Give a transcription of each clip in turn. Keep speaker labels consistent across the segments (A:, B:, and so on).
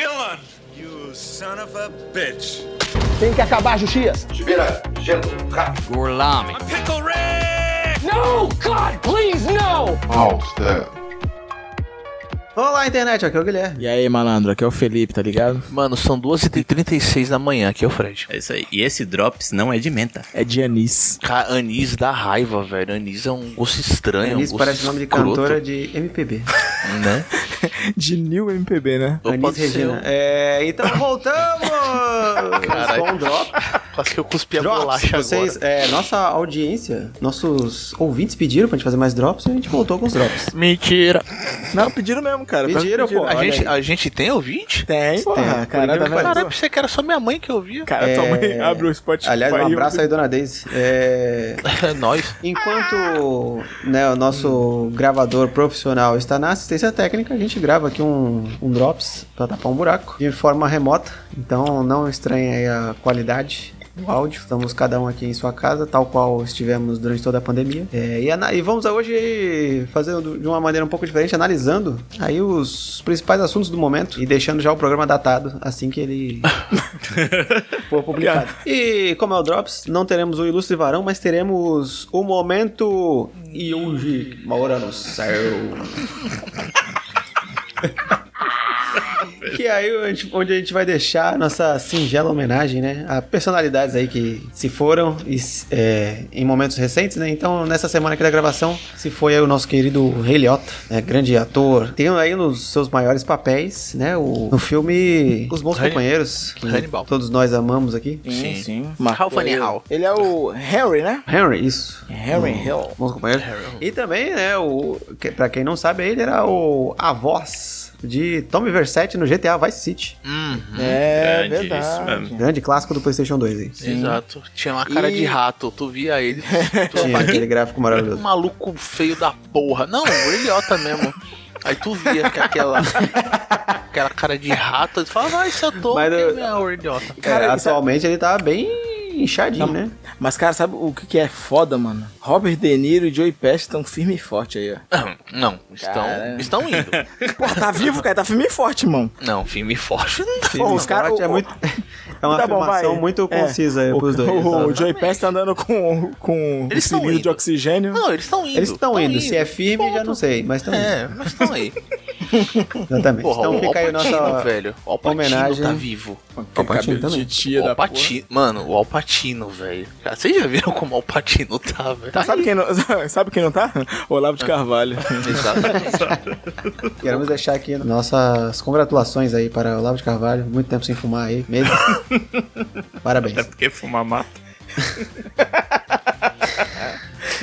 A: done, you son of a bitch.
B: Tem que acabar a justiça.
C: Espera, gelo, rápido.
D: Gorlami.
A: I'm Pickle Rick!
B: No, God, please, no!
C: All step.
E: Olá, internet, aqui é o Guilherme.
F: E aí, malandro, aqui é o Felipe, tá ligado?
G: Mano, são 12h36 da manhã, aqui é o Fred.
H: É isso aí. E esse Drops não é de menta.
F: É de anis.
G: Ca- Anis dá raiva, velho. Anis é um gosto estranho. é um
E: Anis
G: gosto
E: parece nome de
G: escroto,
E: cantora de MPB.
G: Né?
F: De New MPB, né?
G: Ou
E: Anis
G: pode ser um-
E: Regina. É, então voltamos
G: Caralho.
E: com o Drop.
G: Quase que eu cuspi a
E: Drops,
G: bolacha
E: vocês,
G: agora.
E: é, nossa audiência, nossos ouvintes pediram pra gente fazer mais drops e a gente voltou com os drops.
G: Mentira.
F: Não, pediram mesmo, cara. Pior que
E: Pediram, pô.
G: A
E: Olha
G: gente,
E: aí.
G: a gente tem ouvinte?
F: Tem, porra,
E: Tem, por
F: cara, tá
E: incrível que
G: Caralho,
F: vendo?
G: pensei que era só minha mãe que ouvia.
F: Cara, tua mãe
E: É,
F: abre o Spotify.
E: Aliás, um
F: e eu-
E: abraço aí, dona Daisy. É,
G: É nóis.
E: enquanto né, o nosso gravador profissional está na assistência técnica, a gente grava aqui um, um drops pra tapar um buraco de forma remota. Então não estranhe aí a qualidade. do áudio, estamos cada um aqui em sua casa, tal qual estivemos durante toda a pandemia. É, e, ana- e vamos a hoje fazer do- de uma maneira um pouco diferente, analisando aí os principais assuntos do momento e deixando já o programa datado assim que ele for publicado. E como é o Drops, não teremos o Ilustre Varão, mas teremos o momento Yuji Maura no céu. Que aí a gente- onde a gente vai deixar a nossa singela homenagem, né? A personalidades aí que se foram e, se- é, em momentos recentes, né? Então, nessa semana aqui da gravação, se foi aí o nosso querido Rei Liotta, né? grande ator. Tem aí nos seus maiores papéis, né? O, no filme Os Bons
G: Hannibal.
E: Companheiros, que
G: Hannibal.
E: todos nós amamos aqui.
F: Sim, sim.
G: How funny
F: ele.
G: how.
F: Ele é o Harry, né?
E: Henry, isso.
F: Harry Hill.
E: Bons companheiros. E também, né, o, que, pra quem não sabe, ele era o, a voz de Tommy Versetti no GTA Vice City.
F: É
H: Grande, isso
F: verdade.
H: mesmo.
E: Grande clássico do PlayStation 2 aí.
G: Exato. Tinha uma cara
F: E-
G: de rato. Tu via ele. Tu
E: Tinha
G: falava,
E: aquele gráfico
G: "Que
E: maravilhoso.
G: um maluco feio da porra. Não, o Eliota mesmo. Aí tu via que aquela. Aquela cara de rato, tu falava, ah, isso eu tô,
E: Mas
G: quem
E: eu-
G: é o idiota?
E: É,
F: Cara, isso é- Tá
E: atualmente ele tá bem inchadinho, né?
F: Mas, cara, sabe o que que é foda, mano? Robert De Niro e Joey Pesci estão firme e forte aí, ó.
G: Não, estão,
F: Cara.
G: estão indo.
F: Pô, tá vivo, cara, tá firme e forte, mano.
G: Não, filme forte não dá.
F: Pô, os caras-
E: Forte é
F: o-
E: muito. É uma
F: Tá bom,
E: afirmação
F: vai.
E: muito
F: É,
E: concisa aí
F: o,
E: pros dois.
F: O, o
E: sabe?
F: Joey Pesci tá andando com, com um
G: Eles tão
F: cilindro de
G: indo.
F: oxigênio.
G: Não, eles estão indo.
E: Eles estão
G: tão
E: indo, se é firme, já não sei, mas estão
G: É, mas estão aí.
E: indo. Exatamente.
G: Porra,
E: então
G: o
E: fica aí
G: Alpatino,
E: a nossa.
G: velho. O Alpatino
E: homenagem.
G: tá vivo.
F: Aquele cabelo de tia
G: O
F: da porra.
G: Alpatino, mano, o Alpatino, velho. Cara, Vocês já viram como o Alpatino tá, velho?
F: Tá, sabe, quem não, sabe quem não tá? Olavo de Carvalho.
G: Exatamente.
E: Queremos deixar aqui nossas congratulações aí para o Olavo de Carvalho. Muito tempo sem fumar aí, mesmo. Parabéns.
H: Até porque fumar mata.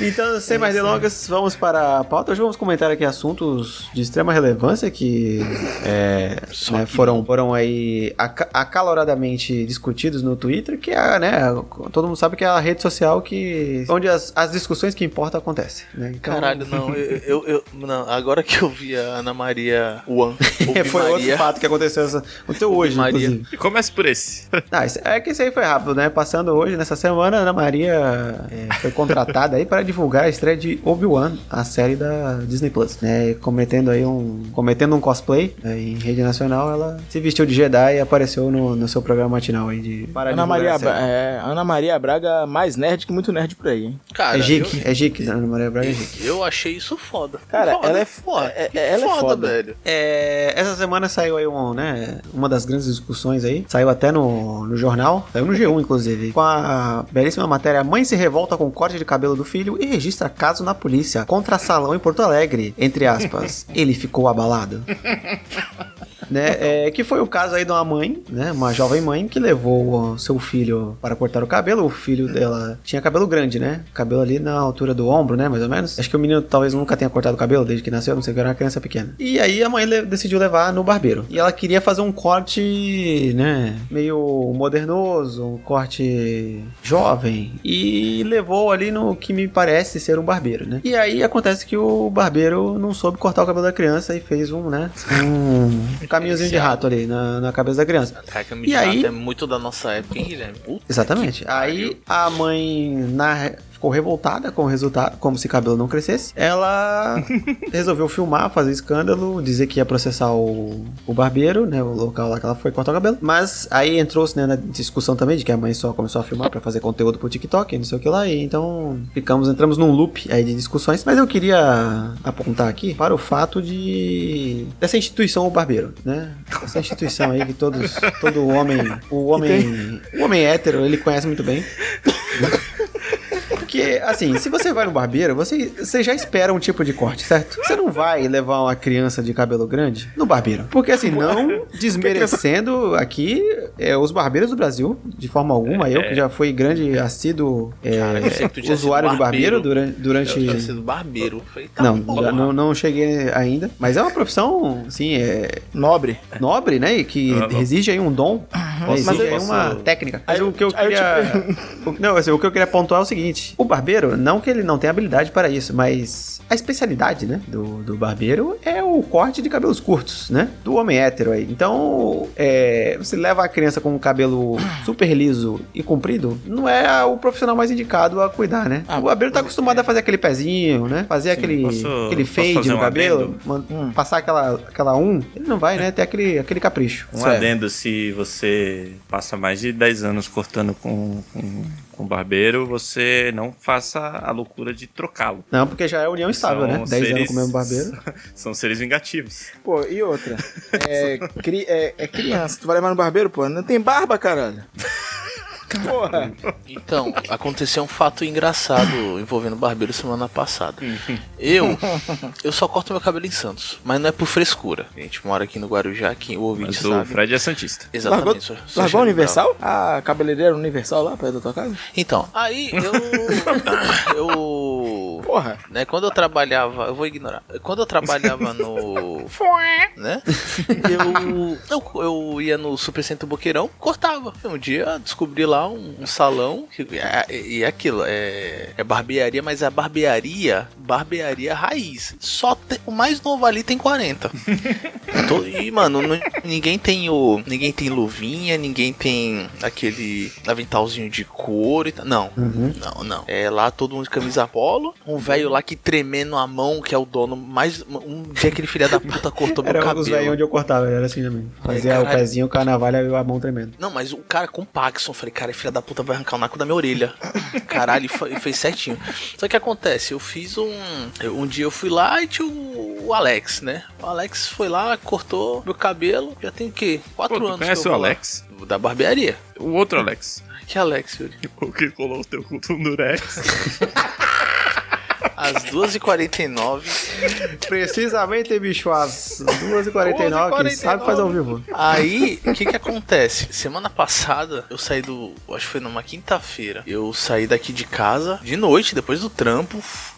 E: Então, sem mais delongas, vamos para a pauta. Hoje vamos comentar aqui assuntos de extrema relevância que é, né, foram, foram aí aca- acaloradamente discutidos no Twitter, que é, né, todo mundo sabe que é a rede social que onde as, as discussões que importam acontecem. Né? Então,
G: Caralho, não, eu, eu, eu- não, agora que eu vi a Ana Maria Juan,
E: é, foi outro
G: Maria,
E: fato que aconteceu, essa, aconteceu hoje,
G: Maria.
E: inclusive.
H: Começa por esse.
E: Ah, isso- é que isso aí foi rápido, né? Passando hoje, nessa semana, a Ana Maria é, foi contratada aí para divulgar a estreia de Obi-Wan, a série da Disney Plus, né? E Cometendo aí um, cometendo um cosplay né, em rede nacional, ela se vestiu de Jedi e apareceu no, no seu programa matinal aí de para
F: Ana
E: divulgar
F: Maria,
E: a série.
F: Bra- é, Ana Maria Braga mais nerd que muito nerd por aí, hein?
G: cara,
E: É
G: eu,
E: Jique, é Jique, Ana Maria Braga é Jique.
G: eu achei isso foda.
F: Cara,
G: Foda,
F: ela é-
G: foda,
F: é- é- ela é foda.
G: velho.
E: É, essa semana saiu aí um, né, uma das grandes discussões aí. Saiu até no, no jornal, saiu no G1, inclusive. Com a belíssima matéria: Mãe se revolta com corte de cabelo do filho e registra caso na polícia contra salão em Porto Alegre. Entre aspas, ele ficou abalado. Né, é, que foi o caso aí de uma mãe, né, uma jovem mãe que levou o seu filho para cortar o cabelo. O filho dela tinha cabelo grande, né? Cabelo ali na altura do ombro, né, mais ou menos. Acho que o menino talvez nunca tenha cortado o cabelo desde que nasceu, não sei, que era uma criança pequena. E aí a mãe le- decidiu levar no barbeiro. E ela queria fazer um corte, né, meio modernoso, um corte jovem e levou ali no que me parece ser um barbeiro, né? E aí acontece que o barbeiro não soube cortar o cabelo da criança e fez um, né, um caminhozinho de rato ali na, na cabeça da criança.
G: Caraca,
E: E
G: me
E: aí-
G: é muito da nossa época, hein, Guilherme? Puta
E: Exatamente. Aí a mãe na ficou revoltada com o resultado, como se cabelo não crescesse. Ela resolveu filmar, fazer escândalo, dizer que ia processar o, o barbeiro, né? O local lá que ela foi cortar o cabelo. Mas aí entrou-se né, na discussão também de que a mãe só começou a filmar pra fazer conteúdo pro TikTok, não sei o que lá. E então ficamos, entramos num loop aí de discussões. Mas eu queria apontar aqui para o fato de dessa instituição o barbeiro, né? Essa instituição aí que todos, todo homem, o homem, o homem hétero, ele conhece muito bem. Porque, assim, se você vai no barbeiro, você, você já espera um tipo de corte, certo? Você não vai levar uma criança de cabelo grande no barbeiro. Porque, assim, não desmerecendo aqui é, os barbeiros do Brasil, de forma alguma. Eu, que já fui grande, assíduo é,
G: Cara, É. eu sei que tu tinha
E: usuário
G: sido
E: de barbeiro durante.
G: Eu tinha
E: durante...
G: sido barbeiro. Eu Falei, tá
E: Não,
G: bom,
E: já
G: mano.
E: não, não cheguei ainda. Mas é uma profissão, assim, é
F: Nobre.
E: nobre, né? E que
H: Ah, não.
E: exige aí um dom. né,
F: Mas
E: exige
F: eu-
E: aí uma
G: posso-
E: técnica.
F: Aí
E: Mas
F: eu-
E: o que eu
F: aí eu te
E: queria. o- Não, assim, o que eu queria pontuar é o seguinte: o barbeiro, não que ele não tenha habilidade para isso, mas a especialidade, né? Do, do barbeiro é o corte de cabelos curtos, né? Do homem hétero aí. Então, é, você leva a criança com um cabelo super liso e comprido, não é o profissional mais indicado a cuidar, né?
F: Ah,
E: o barbeiro tá acostumado a fazer aquele pezinho, né? Fazer aquele,
H: posso-
E: aquele
H: posso
E: fade
H: fazer
E: no
H: um
E: cabelo,
H: adendo?
E: man- passar aquela, aquela um, ele não vai, né? Ter aquele, aquele capricho. é?
H: Um
F: Certo.
H: adendo, se você passa mais de 10 anos cortando com, com, com barbeiro, você não faça a loucura de trocá-lo.
E: Não, porque já é união estável, né? 10 anos com o mesmo barbeiro.
H: São seres vingativos.
F: Pô, e outra? É, cri- é- é criança. Tu vai levar no barbeiro, pô? Não tem barba, caralho. Porra.
G: Então, aconteceu um fato engraçado envolvendo barbeiro semana passada. Eu, eu só corto meu cabelo em Santos, mas não é por frescura. A gente mora aqui no Guarujá, quem o ouvinte
H: Mas o
G: sabe.
H: Fred é santista.
F: Largou,
G: Exatamente. sou- sou
F: largou
G: genial.
F: a Universal? A cabeleireira Universal lá perto da tua casa?
G: Então, aí eu. eu.
F: Porra.
G: Né, quando eu trabalhava. Eu vou ignorar. Quando eu trabalhava no. né? Eu, eu, eu ia no Supercentro Boqueirão, cortava. Um dia descobri lá um, um salão. que- é- é- E é, aquilo, é, é barbearia, mas é a barbearia, barbearia raiz. Só tem- o mais novo ali tem 40. Tô- e, mano, não- ninguém tem o. Ninguém tem luvinha, ninguém tem aquele aventalzinho de couro e tal. Não, não, não. É lá todo mundo de camisa polo. Um velho lá que tremendo a mão, que é o dono. Mais. Um dia aquele filho da puta cortou meu
E: Era um os velhos
G: cabelo.
E: onde eu cortava, era assim também. Fazia o
G: caralho.
E: pezinho, o carnaval e a mão tremendo.
G: Não, mas o cara com Paxson, falei, cara, filha da puta vai arrancar o naco da minha orelha. Caralho, e fa- e fez certinho. Só que acontece, eu fiz um. eu- um dia eu fui lá e tinha o, o Alex, né? O Alex foi lá, cortou meu cabelo. Já tem o quê? Quatro
H: Pô, tu
G: anos.
H: conhece
G: que eu
H: o
G: vou lá.
H: Alex?
G: Da barbearia.
H: O outro Alex.
G: Que Alex, Yuri?
H: O que colou o teu culto no Rex.
G: Às 2h49.
E: Precisamente, bicho, às 2h49,
G: 12h49.
E: quem sabe faz ao vivo.
G: Aí, o que que acontece? Semana passada, eu saí do. Acho que foi numa quinta-feira. Eu saí daqui de casa, de noite, depois do trampo. f-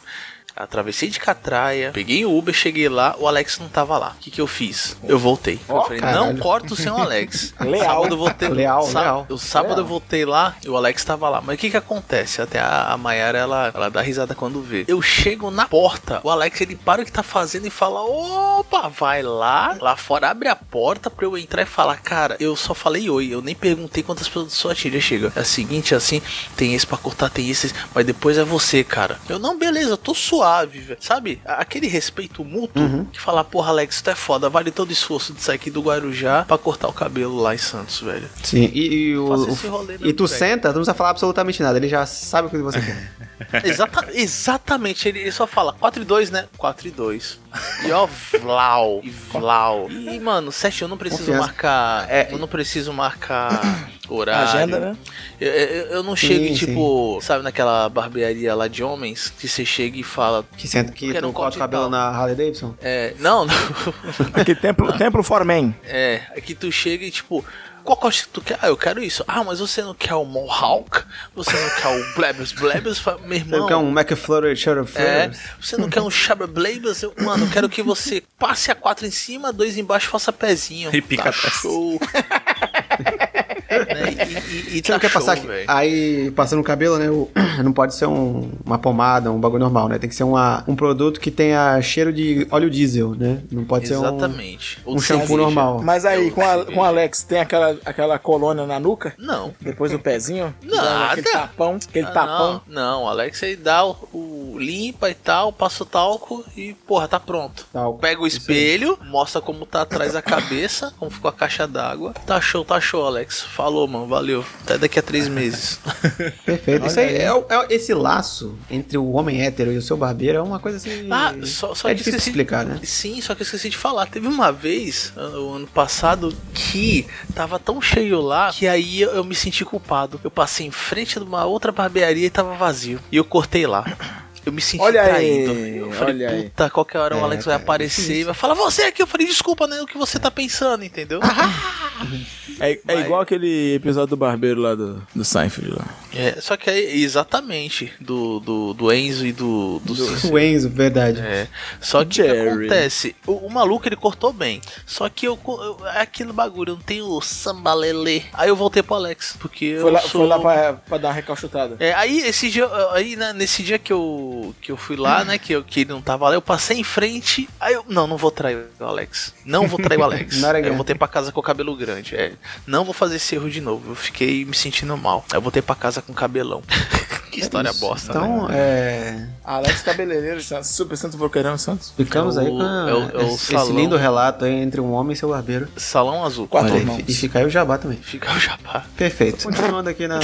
G: Atravessei de catraia, peguei o Uber, cheguei lá, o Alex não tava lá. O que, que eu fiz? Eu voltei. eu falei, não
E: caralho.
G: corto sem o Alex.
F: Leal.
G: Sábado eu voltei.
E: Leal,
G: Sá-
E: leal.
G: Eu sábado eu voltei lá e o Alex tava lá. Mas o que que acontece? Até a, a Mayara, ela, ela dá risada quando vê. Eu chego na porta, o Alex, ele para o que tá fazendo e fala, opa, vai lá, lá fora, abre a porta pra eu entrar e falar, cara, eu só falei oi, eu nem perguntei quantas pessoas da sua tia chega. É o seguinte, assim, tem esse pra cortar, tem esse, mas depois é você, cara. Eu, não, beleza, eu tô suave, velho. Sabe? A- Aquele respeito mútuo que fala, porra, Alex, tu é foda, vale todo o esforço de sair aqui do Guarujá pra cortar o cabelo lá em Santos, velho.
E: Sim, e, e o-
G: Faça esse rolê,
E: e tu
G: meu velho.
E: senta, tu não precisa falar absolutamente nada, ele já sabe o que você quer.
G: Exata- exatamente, ele, ele só fala 4 e 2, né? 4 e 2. E ó, Vlau, e Vlau. E, mano, Sete, eu não preciso
E: Confiança.
G: marcar.
E: É.
G: eu não preciso marcar horário.
F: Agenda, né?
G: Eu, eu- eu não chego,
E: Sim,
G: e, tipo, sabe, naquela barbearia lá de homens, que você chega e fala.
E: Que senta que
G: Porque
E: tu
G: não
E: corta
G: corte
E: o cabelo
G: tal.
E: na Harley Davidson.
G: É, não, não.
F: Aqui, templo, templo for men.
G: É, é que tu chega e tipo. Qual corte que tu quer? Ah, eu quero isso. Ah, mas você não quer o Mohawk? Você não quer o Blebers Blebers? Fala, Meu
E: Você
G: irmão,
E: não quer um McFlurry Shutter
G: É,
E: Flares?
G: você não quer um Shabra Blabers? Eu, mano, eu quero que você passe a quatro em cima, dois embaixo, faça pezinho.
H: E pica
G: tá
H: pés.
G: show. Tá Né, E, e
E: Você não quer passar aqui. Ah, Aí, passando o cabelo, né? o- não pode ser um- uma pomada, um bagulho normal, né? Tem que ser uma- um produto que tenha cheiro de óleo diesel, né? Não pode
G: Exatamente.
E: ser um, um shampoo normal.
F: Mas aí, com, a, com o Alex, tem aquela, aquela colônia na nuca?
G: Não.
F: Depois do pezinho?
G: Nada.
F: Aquele tapão, aquele
G: Ah,
E: tá
F: tapão.
G: Não, não, Alex, aí dá o, o limpa e tal, passa o talco e, porra, tá pronto.
E: Talco,
G: Pega o espelho, mostra como tá atrás da cabeça, como ficou a caixa d'água. Tá show, tá show, Alex. Falou, mano, valeu. Até daqui a três meses.
E: Perfeito. Isso aí é, o- é o- esse laço entre o homem hétero e o seu barbeiro é uma coisa assim.
G: Ah, só, só
E: é
G: que
E: difícil
G: esqueci-
E: explicar, né?
G: Sim, só que eu esqueci de falar. Teve uma vez, ano, ano passado, que tava tão cheio lá que aí eu, eu me senti culpado. Eu passei em frente de uma outra barbearia e tava vazio. E eu cortei lá. Eu me senti
F: Olha aí,
G: traído. eu falei,
F: olha aí.
G: puta, qualquer hora o
E: É,
G: Alex vai
E: cara,
G: aparecer e vai falar, você aqui. Eu falei, desculpa, não é o que você tá pensando, entendeu?
F: É, é
G: Vai.
F: igual aquele episódio do barbeiro lá do, do Seinfeld lá.
G: É, só que aí, exatamente, do, do, do Enzo e do, do, Cícero.
E: O Enzo, verdade.
G: É. Só que o que
F: Jerry.
G: acontece? O, o maluco ele cortou bem. Só que eu, co- eu- é aquele bagulho, eu não tenho samba lelê. Aí eu voltei pro Alex, porque eu
F: Foi lá,
G: sou-
F: foi lá pra, pra dar uma recalchutada.
G: É, aí esse dia, aí né, nesse dia que eu que eu fui lá, né, que eu que ele não tava lá, eu passei em frente, aí eu não, não vou trair o Alex. Não vou trair o Alex.
E: Not again.
G: eu voltei pra casa com o cabelo grande. é. não vou fazer esse erro de novo. Eu fiquei me sentindo mal. Aí eu voltei pra casa com cabelão. que história bosta, né?
E: Então, é,
F: Alex Cabeleireiro, de Santos, Super Santo Boqueirão, Santos.
E: ficamos
G: É o-
E: aí com a-
G: é o- é o
E: esse esse
G: salão.
E: lindo relato aí entre um homem e seu barbeiro.
G: Salão azul.
F: Quatro
E: Olha,
F: irmãos.
E: e, e fica aí o jabá também.
G: Fica o jabá.
E: Perfeito. Continuando aqui na.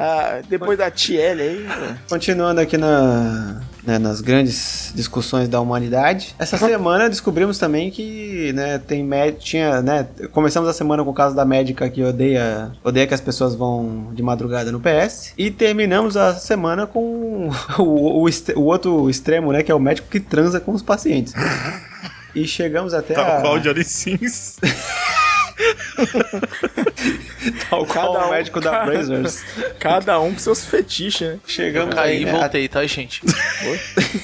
F: Ah, depois da Tiele aí.
E: Continuando aqui na, né, nas grandes discussões da humanidade, essa semana descobrimos também que né, tem mé- tinha, né, começamos a semana com o caso da médica que odeia, odeia que as pessoas vão de madrugada no PS e terminamos a semana com o, o est- o outro extremo, né, que é o médico que transa com os pacientes. E chegamos até
H: Tal
E: a...
H: Tá qual o Johnny Sims.
E: tal qual
F: Cada
E: o
F: um-
E: médico da Brazers.
F: Cada um com seus fetiches, né?
E: Chegamos
G: Caí e
E: aí, né,
G: voltei, tá, gente?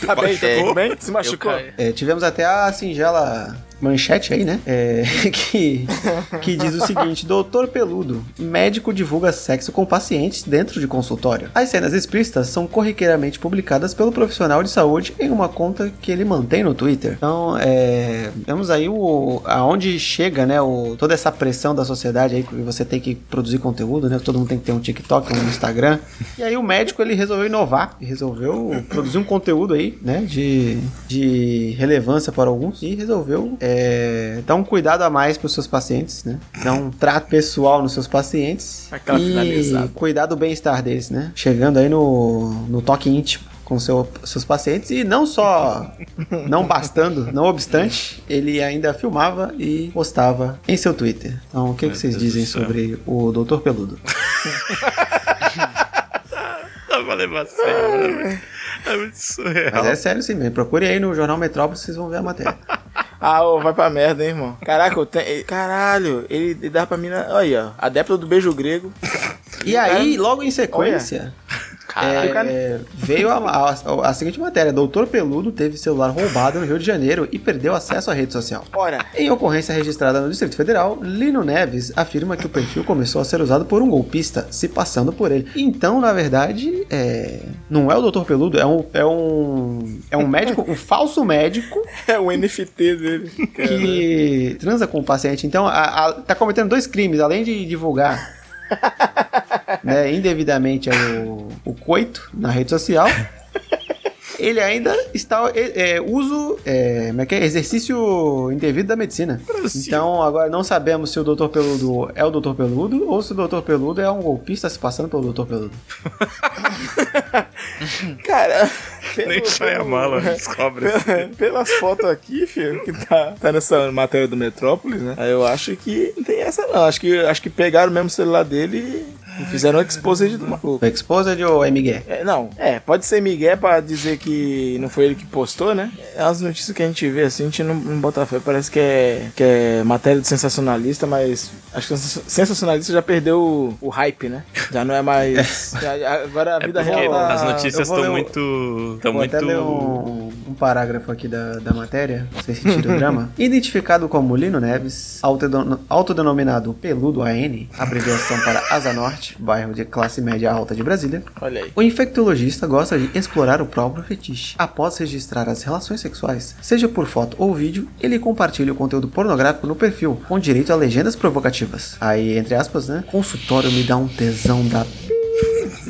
F: Tá bem, tá
G: Machucou?
F: tudo bem? Se
G: Eu
F: machucou?
G: caí.
E: É, tivemos até a singela manchete aí, né? É, que, que diz o seguinte: Doutor Peludo, médico divulga sexo com pacientes dentro de consultório. As cenas explícitas são corriqueiramente publicadas pelo profissional de saúde em uma conta que ele mantém no Twitter. Então, é, vemos aí o, aonde chega, né? O, toda essa pressão da sociedade aí que você tem que produzir conteúdo, né? Todo mundo tem que ter um TikTok, um Instagram. E aí o médico ele resolveu inovar, e resolveu produzir um conteúdo aí, né? De, de relevância para alguns e resolveu é, dar um cuidado a mais para os seus pacientes, né? Dar um trato pessoal nos seus pacientes
F: Aquela
E: e
F: finalizada.
E: cuidar do bem-estar deles, né? Chegando aí no, no toque íntimo com seu, seus pacientes e não só não bastando, não obstante, ele ainda filmava e postava em seu Twitter. Então, o que, que vocês
H: Deus do
E: dizem
H: céu.
E: sobre o Dr. Peludo?
H: Eu falei bastante. né? É muito surreal.
E: Mas é sério sim, mesmo. Procure aí no Jornal Metrópole, vocês vão ver a matéria.
F: Ah, ô, vai pra merda, hein, irmão. Caraca, eu tenho. eh, Caralho, ele, ele dá pra mina. Olha aí, ó. Adepto do beijo grego.
E: E aí, logo em sequência, é, veio a, a- a seguinte matéria. Doutor Peludo teve celular roubado no Rio de Janeiro e perdeu acesso à rede social.
F: Ora,
E: Em ocorrência registrada no Distrito Federal, Lino Neves afirma que o perfil começou a ser usado por um golpista, se passando por ele. Então, na verdade, é... não é o Dr. Peludo, é um, é um, é um médico, um falso médico
F: é o NFT dele.
E: que transa com o paciente. Então, a- a- tá cometendo dois crimes, além de divulgar né, indevidamente aí o, o coito na rede social. Ele ainda está é, é, uso é, como é que é? exercício indevido da medicina. Então agora não sabemos se o Dr. Peludo é o Dr. Peludo ou se o Dr. Peludo é um golpista se passando pelo Dr. Peludo.
F: Cara. pelo-
H: Nem sai a mala, descobre.
F: pela- Pelas fotos aqui, filho, que tá, tá nessa matéria do Metrópolis, né? Aí eu acho que não tem essa não. Acho que, acho que pegaram mesmo o celular dele e fizeram um exposed do maluco.
E: Foi exposed ou é Miguel?
F: É, não, é, pode ser Miguel pra dizer que não foi ele que postou, né? As notícias que a gente vê assim, a gente não, não bota fé. Parece que é, que é matéria do sensacionalista, mas acho que o sensa- sensacionalista já perdeu o, o hype, né? Já não é mais. já- já- agora a
H: É
F: vida
H: porque
F: real. tá-
H: as notícias
E: eu vou
H: estão
E: ler o-
H: muito. Estão
E: Vou até ler
H: muito.
E: um, um um parágrafo aqui da, da matéria, você retira o drama. Identificado como Lino Neves, autodenom- autodenominado Peludo AN, abreviação para Asa Norte, bairro de classe média alta de Brasília,
F: Olha aí.
E: o infectologista gosta de explorar o próprio fetiche. Após registrar as relações sexuais, seja por foto ou vídeo, ele compartilha o conteúdo pornográfico no perfil, com direito a legendas provocativas. Aí, entre aspas, né? Consultório me dá um tesão da p***",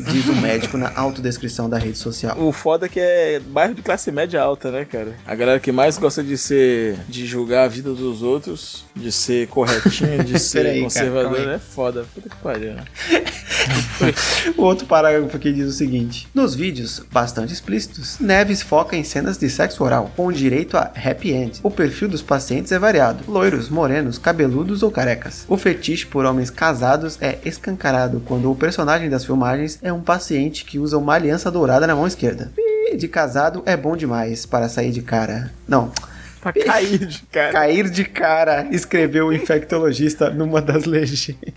E: diz o médico na autodescrição da rede social.
F: O foda é que é bairro de classe média alta, né, cara? A galera que mais gosta de ser. de julgar a vida dos outros, de ser corretinho, de ser
E: Peraí, cara,
F: conservador,
E: calma aí.
F: é foda. Puta que pariu, né?
E: O outro parágrafo aqui diz o seguinte: Nos vídeos, bastante explícitos, Neves foca em cenas de sexo oral, com direito a happy end. O perfil dos pacientes é variado: loiros, morenos, cabeludos ou carecas. O fetiche por homens casados é escancarado quando o personagem das filmagens é um paciente que usa uma aliança dourada na mão esquerda. Pi, De casado é bom demais para sair de cara. Não,
F: Pra cair de cara.
E: cair de cara, escreveu o infectologista numa das legendas.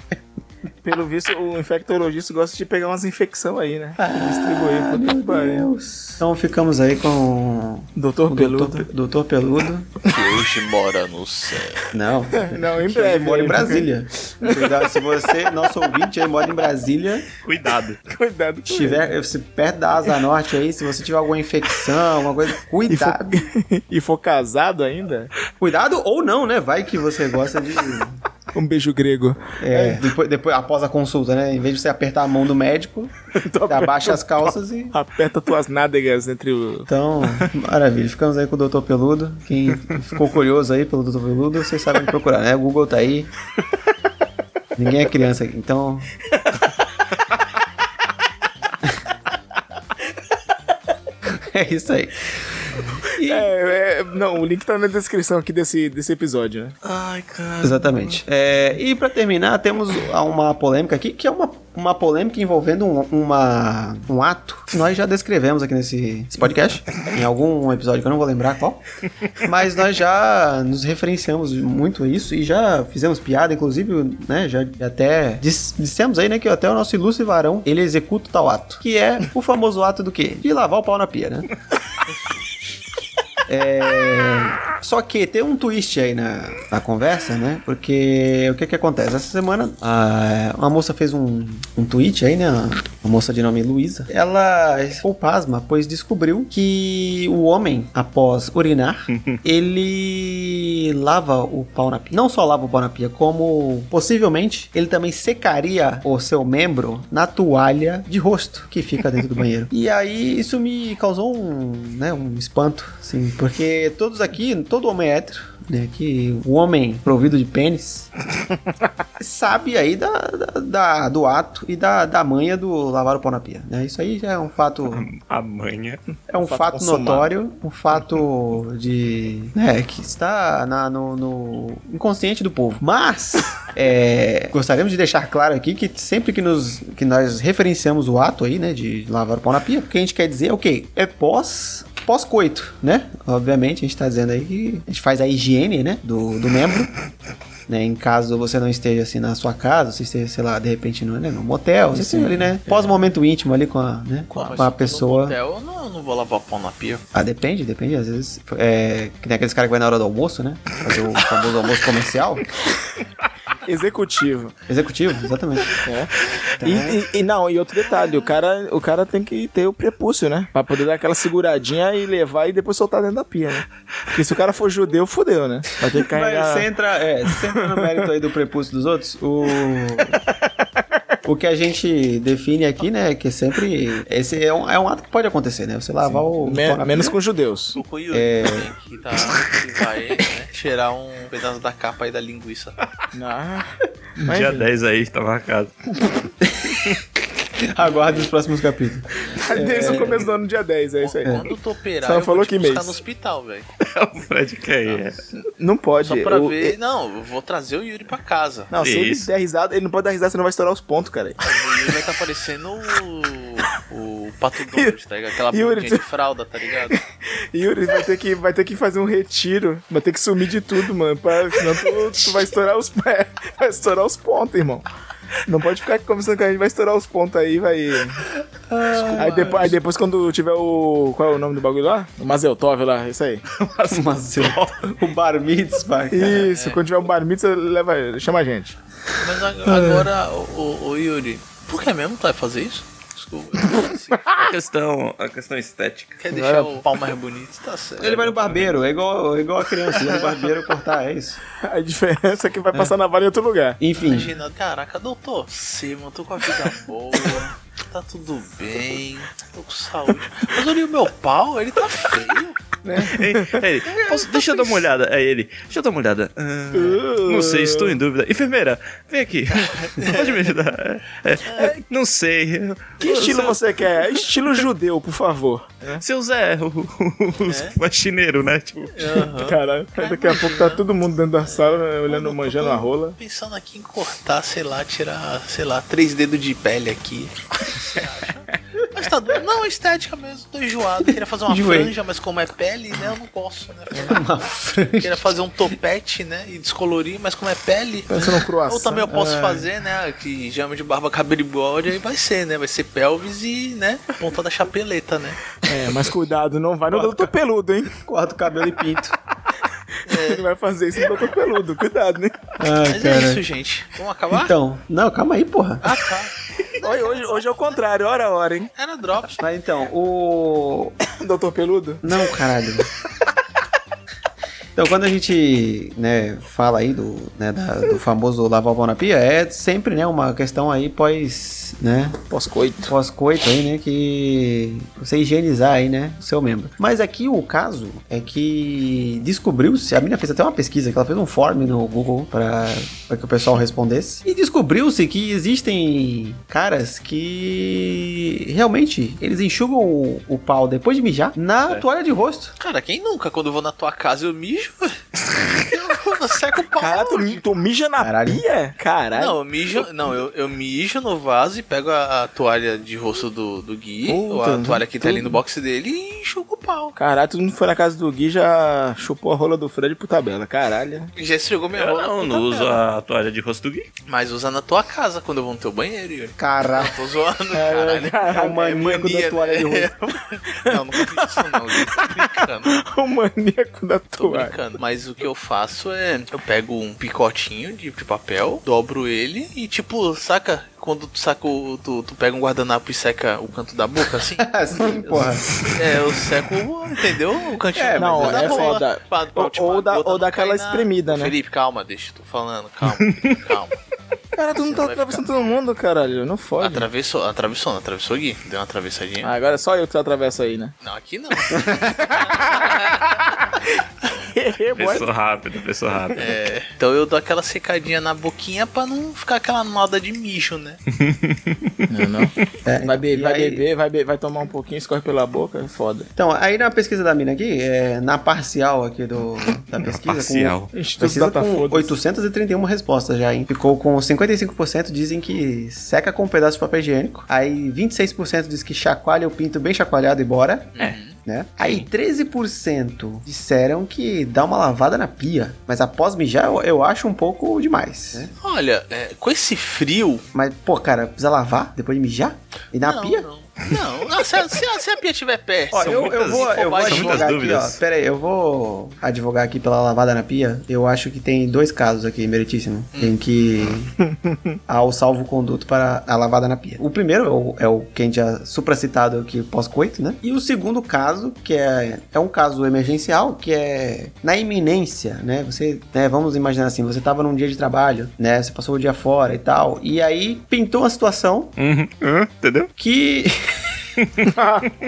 F: Pelo visto, o infectologista gosta de pegar umas infecções aí, né? E distribuir. Puta que pariu.
E: Então ficamos aí com
F: Doutor
E: O
F: Peludo.
E: Doutor, doutor Peludo.
G: Que hoje mora no céu.
E: Não.
F: Não, em breve.
E: É, Ele mora
F: né?
E: em Brasília. Cuidado, se você, nosso ouvinte, aí mora em Brasília,
H: Cuidado.
F: Cuidado com ele.
E: estiver se perto da Asa Norte aí, se você tiver alguma infecção, alguma coisa,
F: E for,
E: cuidado.
F: e for casado ainda?
E: Cuidado ou não, né? Vai que você gosta de.
F: Um beijo grego.
E: É, Depois, depois, após a consulta, né? Em vez de você apertar a mão do médico,
F: Então
E: você abaixa as calças e.
F: Aperta tuas nádegas entre o.
E: Então, maravilha. Ficamos aí com o Doutor Peludo. Quem ficou curioso aí pelo Doutor Peludo, vocês sabem onde procurar, né? O Google tá aí. Ninguém é criança aqui, então. É isso aí.
F: É, é, não, o link tá na descrição aqui desse, desse episódio, né?
E: Exatamente. É, e pra terminar, temos uma polêmica aqui, que é uma, uma polêmica envolvendo um, uma- um ato que nós já descrevemos aqui nesse, nesse podcast, em algum episódio que eu não vou lembrar qual. Mas nós já nos referenciamos muito a isso e já fizemos piada, inclusive, né? Já já até dis- dissemos aí, né, que até o nosso ilustre varão ele executa tal ato, que é o famoso ato do quê? De lavar o pau na pia, né? Só que tem um twist aí na, na conversa, né? Porque o que que acontece? Essa semana, a- uma moça fez um, um tweet aí, né? Uma moça de nome Luísa. Ela ficou pasma, pois descobriu que o homem, após urinar, ele lava o pau na pia. Não só lava o pau na pia, como possivelmente ele também secaria o seu membro na toalha de rosto que fica dentro do banheiro. E aí isso me causou um, né, um espanto, assim, porque todos aqui, todo homem hétero, né, que o homem provido de pênis sabe aí da, da- da- do ato e da, da manha do lavar o pau na pia, né? Isso aí já é um fato
H: Amanhã.
E: é um
F: Fato
E: fato,
F: consumado.
E: notório, um fato de. né, que está na- no, no inconsciente do povo. Mas, é, gostaríamos de deixar claro aqui que sempre que, nos, que nós referenciamos o ato aí, né, de lavar o pau na pia, o que a gente quer dizer é o quê? É pós. Pós-coito, né? Obviamente, a gente tá dizendo aí que a gente faz a higiene, né? Do, do membro. né? Em caso você não esteja assim na sua casa, você esteja, sei lá, de repente no, né, no motel, você esteja ali, né? Pós-momento íntimo ali com a, né, com a- com a pessoa.
G: Eu não, eu não vou lavar pão na pia.
E: Ah, depende, depende. Às vezes, é, que nem aqueles caras que vai na hora do almoço, né? Fazer o famoso almoço comercial.
F: Executivo.
E: Executivo, exatamente.
F: E, e- e não, e outro detalhe, o cara, o cara tem que ter o prepúcio, né? Pra poder dar aquela seguradinha e levar e depois soltar dentro da pia, né? Porque se o cara for judeu, fudeu, né? Vai ter que
E: Mas
F: carregar.
E: você entra, é, você entra no mérito aí do prepúcio dos outros, o... O que a gente define aqui, né, que sempre... Esse é um, é um ato que pode acontecer, né? Você lavar o...
F: Me-
E: pau na
F: menos
E: pia.
F: com judeus.
G: O Yuri
F: É.
G: também, que, tá, que vai né, tirar um pedaço da capa aí da linguiça.
F: Ah,
H: Dia 10 aí, tá marcado.
E: Aguarde os próximos capítulos.
F: desde o começo do ano, dia 10, é isso aí.
G: Quando eu tô operado,
F: Só
G: eu
F: falou
G: vou te
F: que
G: buscar
F: mês.
G: no hospital, velho.
H: o Fred quer ir.
F: Não pode.
G: Só pra
F: o-
G: ver... Não, eu vou trazer o Yuri pra casa.
F: Não, se
H: Isso.
F: ele der risada, ele não pode dar risada, senão vai estourar os pontos, cara.
G: O Yuri vai tá parecendo o... O Pato Donald, tá ligado? Aquela
F: Yuri,
G: bundinha de fralda, tá ligado?
F: Yuri vai ter que, vai ter que fazer um retiro, vai ter que sumir de tudo, mano. Pra, senão tu, tu vai estourar os é, pés, vai estourar os pontos, irmão. Não pode ficar conversando com a gente, vai estourar os pontos aí, vai. Aí depois, aí depois quando tiver o. Qual é o nome do bagulho lá? O Mazeltov lá, isso aí.
E: Mas eu- o bar mitzvah. cara.
F: Isso, quando tiver um bar mitzvah, leva, chama a gente.
G: Mas a- agora, o, o- o Yuri, por que mesmo tu vai fazer isso? Desculpa.
H: A questão, a questão estética.
G: Quer deixar o pau mais bonito? Tá certo.
E: Ele vai no barbeiro, é igual, é igual a criança, vai no barbeiro cortar, é isso.
F: A diferença é que vai passar na vara em outro lugar.
E: Enfim,
G: Imagina, caraca, doutor, você, mano, tô com a vida boa, tá tudo bem, tô com saúde. Mas olha o meu pau, ele tá feio.
H: Ei, ei, posso- deixa eu dar uma olhada. É ele. Deixa eu dar uma olhada. Ah, não sei, estou em dúvida. Enfermeira, vem aqui. Pode me ajudar. É, é, não sei.
F: Que estilo
H: Seu-
F: você quer? Estilo judeu, por favor.
H: Seu Zé, o,
E: É?
H: o, o faxineiro, né? Tipo,
F: Caralho, daqui a pouco tá todo mundo dentro da sala, né, olhando, manjando a rola.
G: Pensando aqui em cortar, sei lá, tirar, sei lá, três dedos de pele aqui. O que você acha? Mas tá doendo. Não, estética mesmo, tô enjoado. Queria fazer uma
E: Enjoei. É
G: franja, mas como é pele, né, eu não posso, né?
E: uma franja.
G: Queria fazer um topete, né, e descolorir, mas como é pele...
F: Pensa no croissant.
G: Ou também eu posso
E: É.
G: fazer, né? Que chama de barba cabelo e bigode, aí vai ser, né? Vai ser pelvis e, né? Ponta da chapeleta, né?
F: É, mas cuidado, não vai no doutor peludo, hein?
E: Corta o cabelo e pinto.
F: Ele vai fazer isso no doutor peludo, cuidado, né?
E: Ah,
G: Mas é isso,
E: cara.
G: gente. Vamos acabar?
E: Então, não, calma aí, porra.
G: Ah, tá.
F: Olha, Hoje, hoje é o contrário, hora a hora, hein?
G: Era drops.
E: Mas então, o.
F: Doutor peludo?
E: Não, caralho. Então, quando a gente né, fala aí do, né, da- do famoso lavar o pau na pia, é sempre né, uma questão aí pós, né,
F: Pós-coito.
E: pós-coito aí, né, que você higienizar aí, né, o seu membro. Mas aqui o caso é que descobriu-se, a menina fez até uma pesquisa, que ela fez um form no Google pra pra que o pessoal respondesse, e descobriu-se que existem caras que realmente eles enxugam o, o pau depois de mijar na toalha de rosto.
G: Cara, quem nunca? Quando eu vou na tua casa eu mijo. eu não seco o pau.
F: Caralho, tu, mi- tu mija na
E: Caralho.
F: pia?
E: É?
F: Caralho.
G: Não, eu mijo, não eu, eu mijo no vaso e pego a, a toalha de rosto do, do Gui, ou a
E: né?
F: Puta,
G: toalha que tá ali
F: tudo.
G: no box dele e enxugo o pau.
F: Caralho, todo mundo que foi na casa do Gui já chupou a rola do Fred por tabela. Caralho.
G: Já esfregou minha
H: eu
G: rola.
H: não,
G: puta
H: não uso
G: merda.
H: a toalha de rosto do Gui.
G: Mas usa na tua casa quando eu vou no teu banheiro, Yuri.
E: Caraca.
G: Eu Tô zoando, caralho.
E: É o maníaco da toalha de rosto.
G: Não, não fiz isso não, Gui. Tô brincando,
F: o maníaco da
G: tô
F: toalha.
G: brincando. Mas o que eu faço é, eu pego um picotinho de, de papel, dobro ele e tipo, saca? Quando tu saca o, tu, tu pega um guardanapo e seca o canto da boca, assim.
E: Assim, porra.
G: é, eu seco, entendeu? O cantinho
E: É,
F: não,
G: da Tá
F: é
G: bola,
F: foda.
G: pra- pra
F: Ou-
G: última
F: ou da-
G: gota
F: ou
G: não
F: daquela
G: cair
F: espremida, né?
G: Felipe, calma, deixa eu tô falando, calma, Felipe, calma.
F: Cara, tu não tá
G: Você vai
F: atravessando todo mundo, caralho. Não fode.
G: Atravessou, atravessou, não atravessou, Gui? Deu uma atravessadinha.
F: Ah, agora é só eu que tu atravessa aí, né?
G: Não, aqui não.
H: Pessoa rápida, pessoa rápida.
G: É, então eu dou aquela secadinha na boquinha pra não ficar aquela moda de mijo, né?
F: não, não.
E: É,
F: Vai, be-
E: e
F: vai
E: aí-
F: beber, vai, be- vai tomar um pouquinho, escorre pela boca, é foda.
E: Então, aí na pesquisa da mina aqui, é, na parcial aqui do, da pesquisa,
H: parcial.
E: com,
F: Instituto
E: pesquisa
F: Data
E: com
F: Foda-se.
E: 831 respostas já, hein? Ficou com 55% dizem que seca com um pedaço de papel higiênico, aí 26% diz que chacoalha o pinto bem chacoalhado e bora, né? Aí 13% disseram que dá uma lavada na pia, mas após mijar eu, eu acho um pouco demais, né?
G: Olha, é, com esse frio.
E: Mas, pô, cara, precisa lavar depois de mijar? E na
G: não,
E: pia?
G: Não, não. Ah, se, a- se a- se a pia tiver perto.
E: Ó, eu, eu
H: É, muitas-
E: vou,
G: são
E: eu vou
G: várias
E: advogar aqui, ó.
H: dúvidas.
E: Pera aí, eu vou advogar aqui pela lavada na pia. Eu acho que tem dois casos aqui, meritíssimo,
H: Hum.
E: em que há o salvo conduto para a lavada na pia. O primeiro é o, é o que a gente já supracitado aqui pós-coito, né? E o segundo caso, que é, é um caso emergencial, que é na iminência, né? Você, né, vamos imaginar assim, você tava num dia de trabalho, né? Você passou o dia fora e tal, e aí pintou uma situação
H: Uhum, uhum, entendeu?
E: que...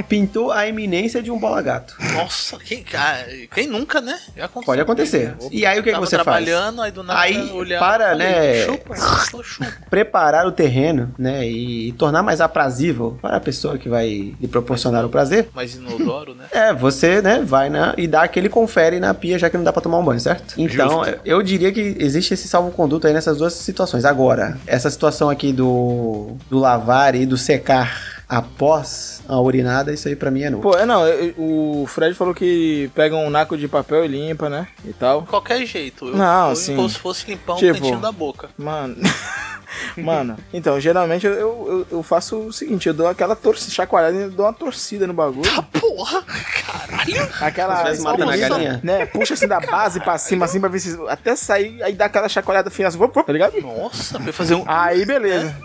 E: pintou a iminência de um bola gato.
G: Nossa, quem, ah, quem nunca, né? Já aconteceu.
E: Pode acontecer. E aí o que, que
G: Tava
E: você faz?
G: trabalhando, aí do nada
E: Aí,
G: olhar,
E: para,
G: falei,
E: né?
G: Chupa, chupa, chupa.
E: Preparar o terreno, né? E tornar mais aprazível para a pessoa que vai lhe proporcionar o prazer.
G: Mas inodoro, né?
E: É, você, né, vai na, e dá aquele confere na pia, já que não dá pra tomar um banho, certo? Então, eu diria que existe esse salvo-conduto aí nessas duas situações. Agora, essa situação aqui do, do lavar e do secar após a urinada, isso aí pra mim é novo.
F: Pô, é não, eu- o Fred falou que pega um naco de papel e limpa, né? E tal.
G: De qualquer jeito. Eu,
F: Não,
G: eu,
F: sim.
G: Como se fosse limpar um
F: Tipo-
G: cantinho da boca.
F: Mano. Mano, então, geralmente eu, eu, eu faço o seguinte: eu dou aquela torcida, chacoalhada e dou uma torcida no bagulho.
G: Ah, Porra, caralho.
F: Aquela.
E: Às vezes mata na
F: espuminha,
E: galinha.
F: Né? Puxa assim da base pra cima, assim, pra ver se. Até sair, aí dá aquela chacoalhada final, assim, vup, vup, tá ligado?
G: Nossa, foi fazer um...
F: Aí beleza.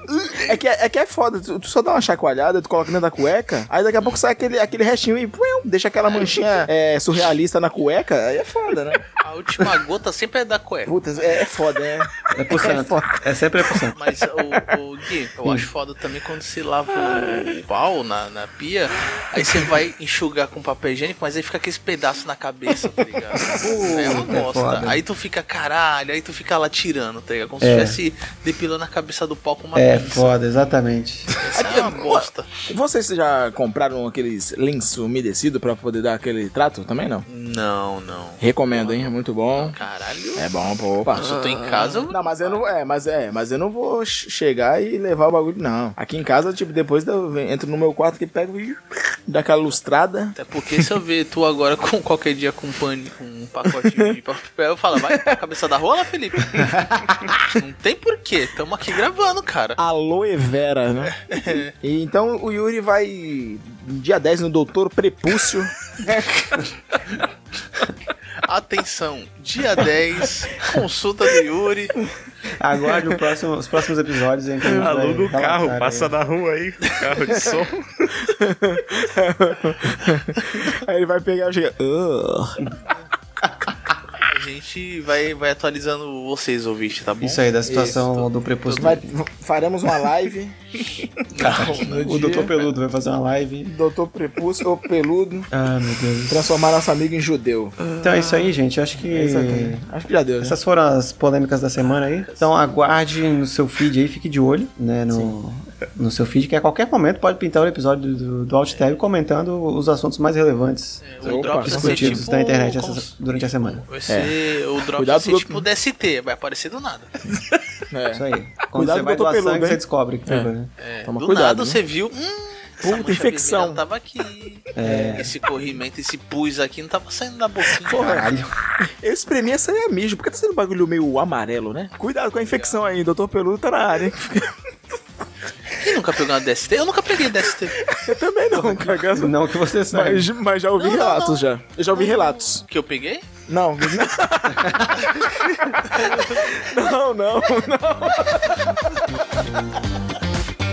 F: É que é, que é foda, tu, tu só dá uma chacoalhada, tu coloca dentro da cueca, aí daqui a pouco sai aquele, aquele restinho e puiu, deixa aquela manchinha é, surrealista na cueca, aí é foda, né?
G: A última gota sempre é da cueca.
F: Puta, é, é foda, né?
E: É por santo. É sempre é por santo.
G: Mas o, o Gui,
E: Hum.
G: eu acho foda também quando se lava o pau na, na pia, aí você vai enxugar com papel higiênico, mas aí fica aquele pedaço na cabeça, tá ligado? é uma
E: Puta, é
G: bosta.
E: foda.
G: aí tu fica, caralho, aí tu fica lá tirando, tá ligado? Como
E: É.
G: se estivesse depilando a cabeça do pau com uma
E: É
G: pinça.
E: foda, exatamente.
G: Essa é uma bosta.
F: Vocês já compraram aqueles lenço umedecido pra poder dar aquele trato? Também não.
G: Não, não.
F: Recomendo, hein? É muito bom.
G: Caralho.
F: É bom, pô. Opa.
G: Se eu tô em casa, eu...
F: Não, mas eu não, é, mas é, mas eu não vou ch- chegar e levar o bagulho, não. Aqui em casa, tipo, depois eu venho- entro no meu quarto que pego e dá aquela lustrada.
G: Até porque se eu ver tu agora com qualquer dia com pane, com um pacotinho de papel, eu falo, vai pra cabeça da rola, Felipe. Não tem porquê, tamo aqui gravando, cara.
F: Aloe Vera, né? E então o Yuri vai dia 10 no Doutor Prepúcio.
G: Atenção, dia 10, consulta do Yuri.
E: Aguarde o próximo- os próximos episódios em que a gente vai
H: Aluga o
E: relatar
H: carro,
E: aí.
H: passa na rua aí, carro de som.
F: Aí ele vai pegar e chega. "Ah." "Ugh."
G: A gente vai, vai atualizando vocês, ouvinte, tá bom?
E: Isso aí, da situação
G: Isso,
E: do prepúcio.
F: Vai- faremos uma live. Tá
G: Não,
E: O Dr. Peludo vai fazer uma live.
F: Doutor Prepúcio, ou peludo,
E: Ah, meu Deus.
F: transformar nosso amigo em judeu.
E: Então é isso aí, gente. Acho que
F: Exatamente. Acho que já deu, né?
E: essas foram as polêmicas da semana aí. Então aguarde no seu feed aí, fique de olho, né? No, no seu feed, que a qualquer momento pode pintar o episódio do, do Alt Tab comentando os assuntos mais relevantes
G: o drop vai ser
E: discutidos
G: tipo...
E: na internet
G: como
E: essa-
G: se-
E: durante a semana. É.
G: Vai ser, O drop
F: Cuidado
G: vai ser
F: com o-
G: tipo DST, vai aparecer do nada.
E: Isso aí. Quando
F: É. Cuidado
E: você vai
F: com o
E: doar
F: peludo,
E: sangue,
F: hein?
E: você descobre que pegou, né?
G: É,
F: Toma
G: do
F: cuidado,
G: nada
F: né?
G: você viu. Hum, essa
F: Puta,
G: mancha
F: infecção. É.
G: vermelha tava aqui. Esse corrimento, esse pus aqui não tava saindo da boquinha.
E: Caralho.
F: Eu espremi essa aí é mijo, porque tá sendo um bagulho meio amarelo, né? Cuidado com a infecção aí, doutor Peludo tá na área, hein?
G: Quem nunca pegou uma DST? Eu nunca peguei DST.
F: Eu também não, cagando.
E: Não que você saiba.
F: Mas, mas já ouvi
G: Não, não,
F: relatos
G: não.
F: já. Eu já ouvi relatos.
G: Que eu peguei?
F: Não, não, não, não.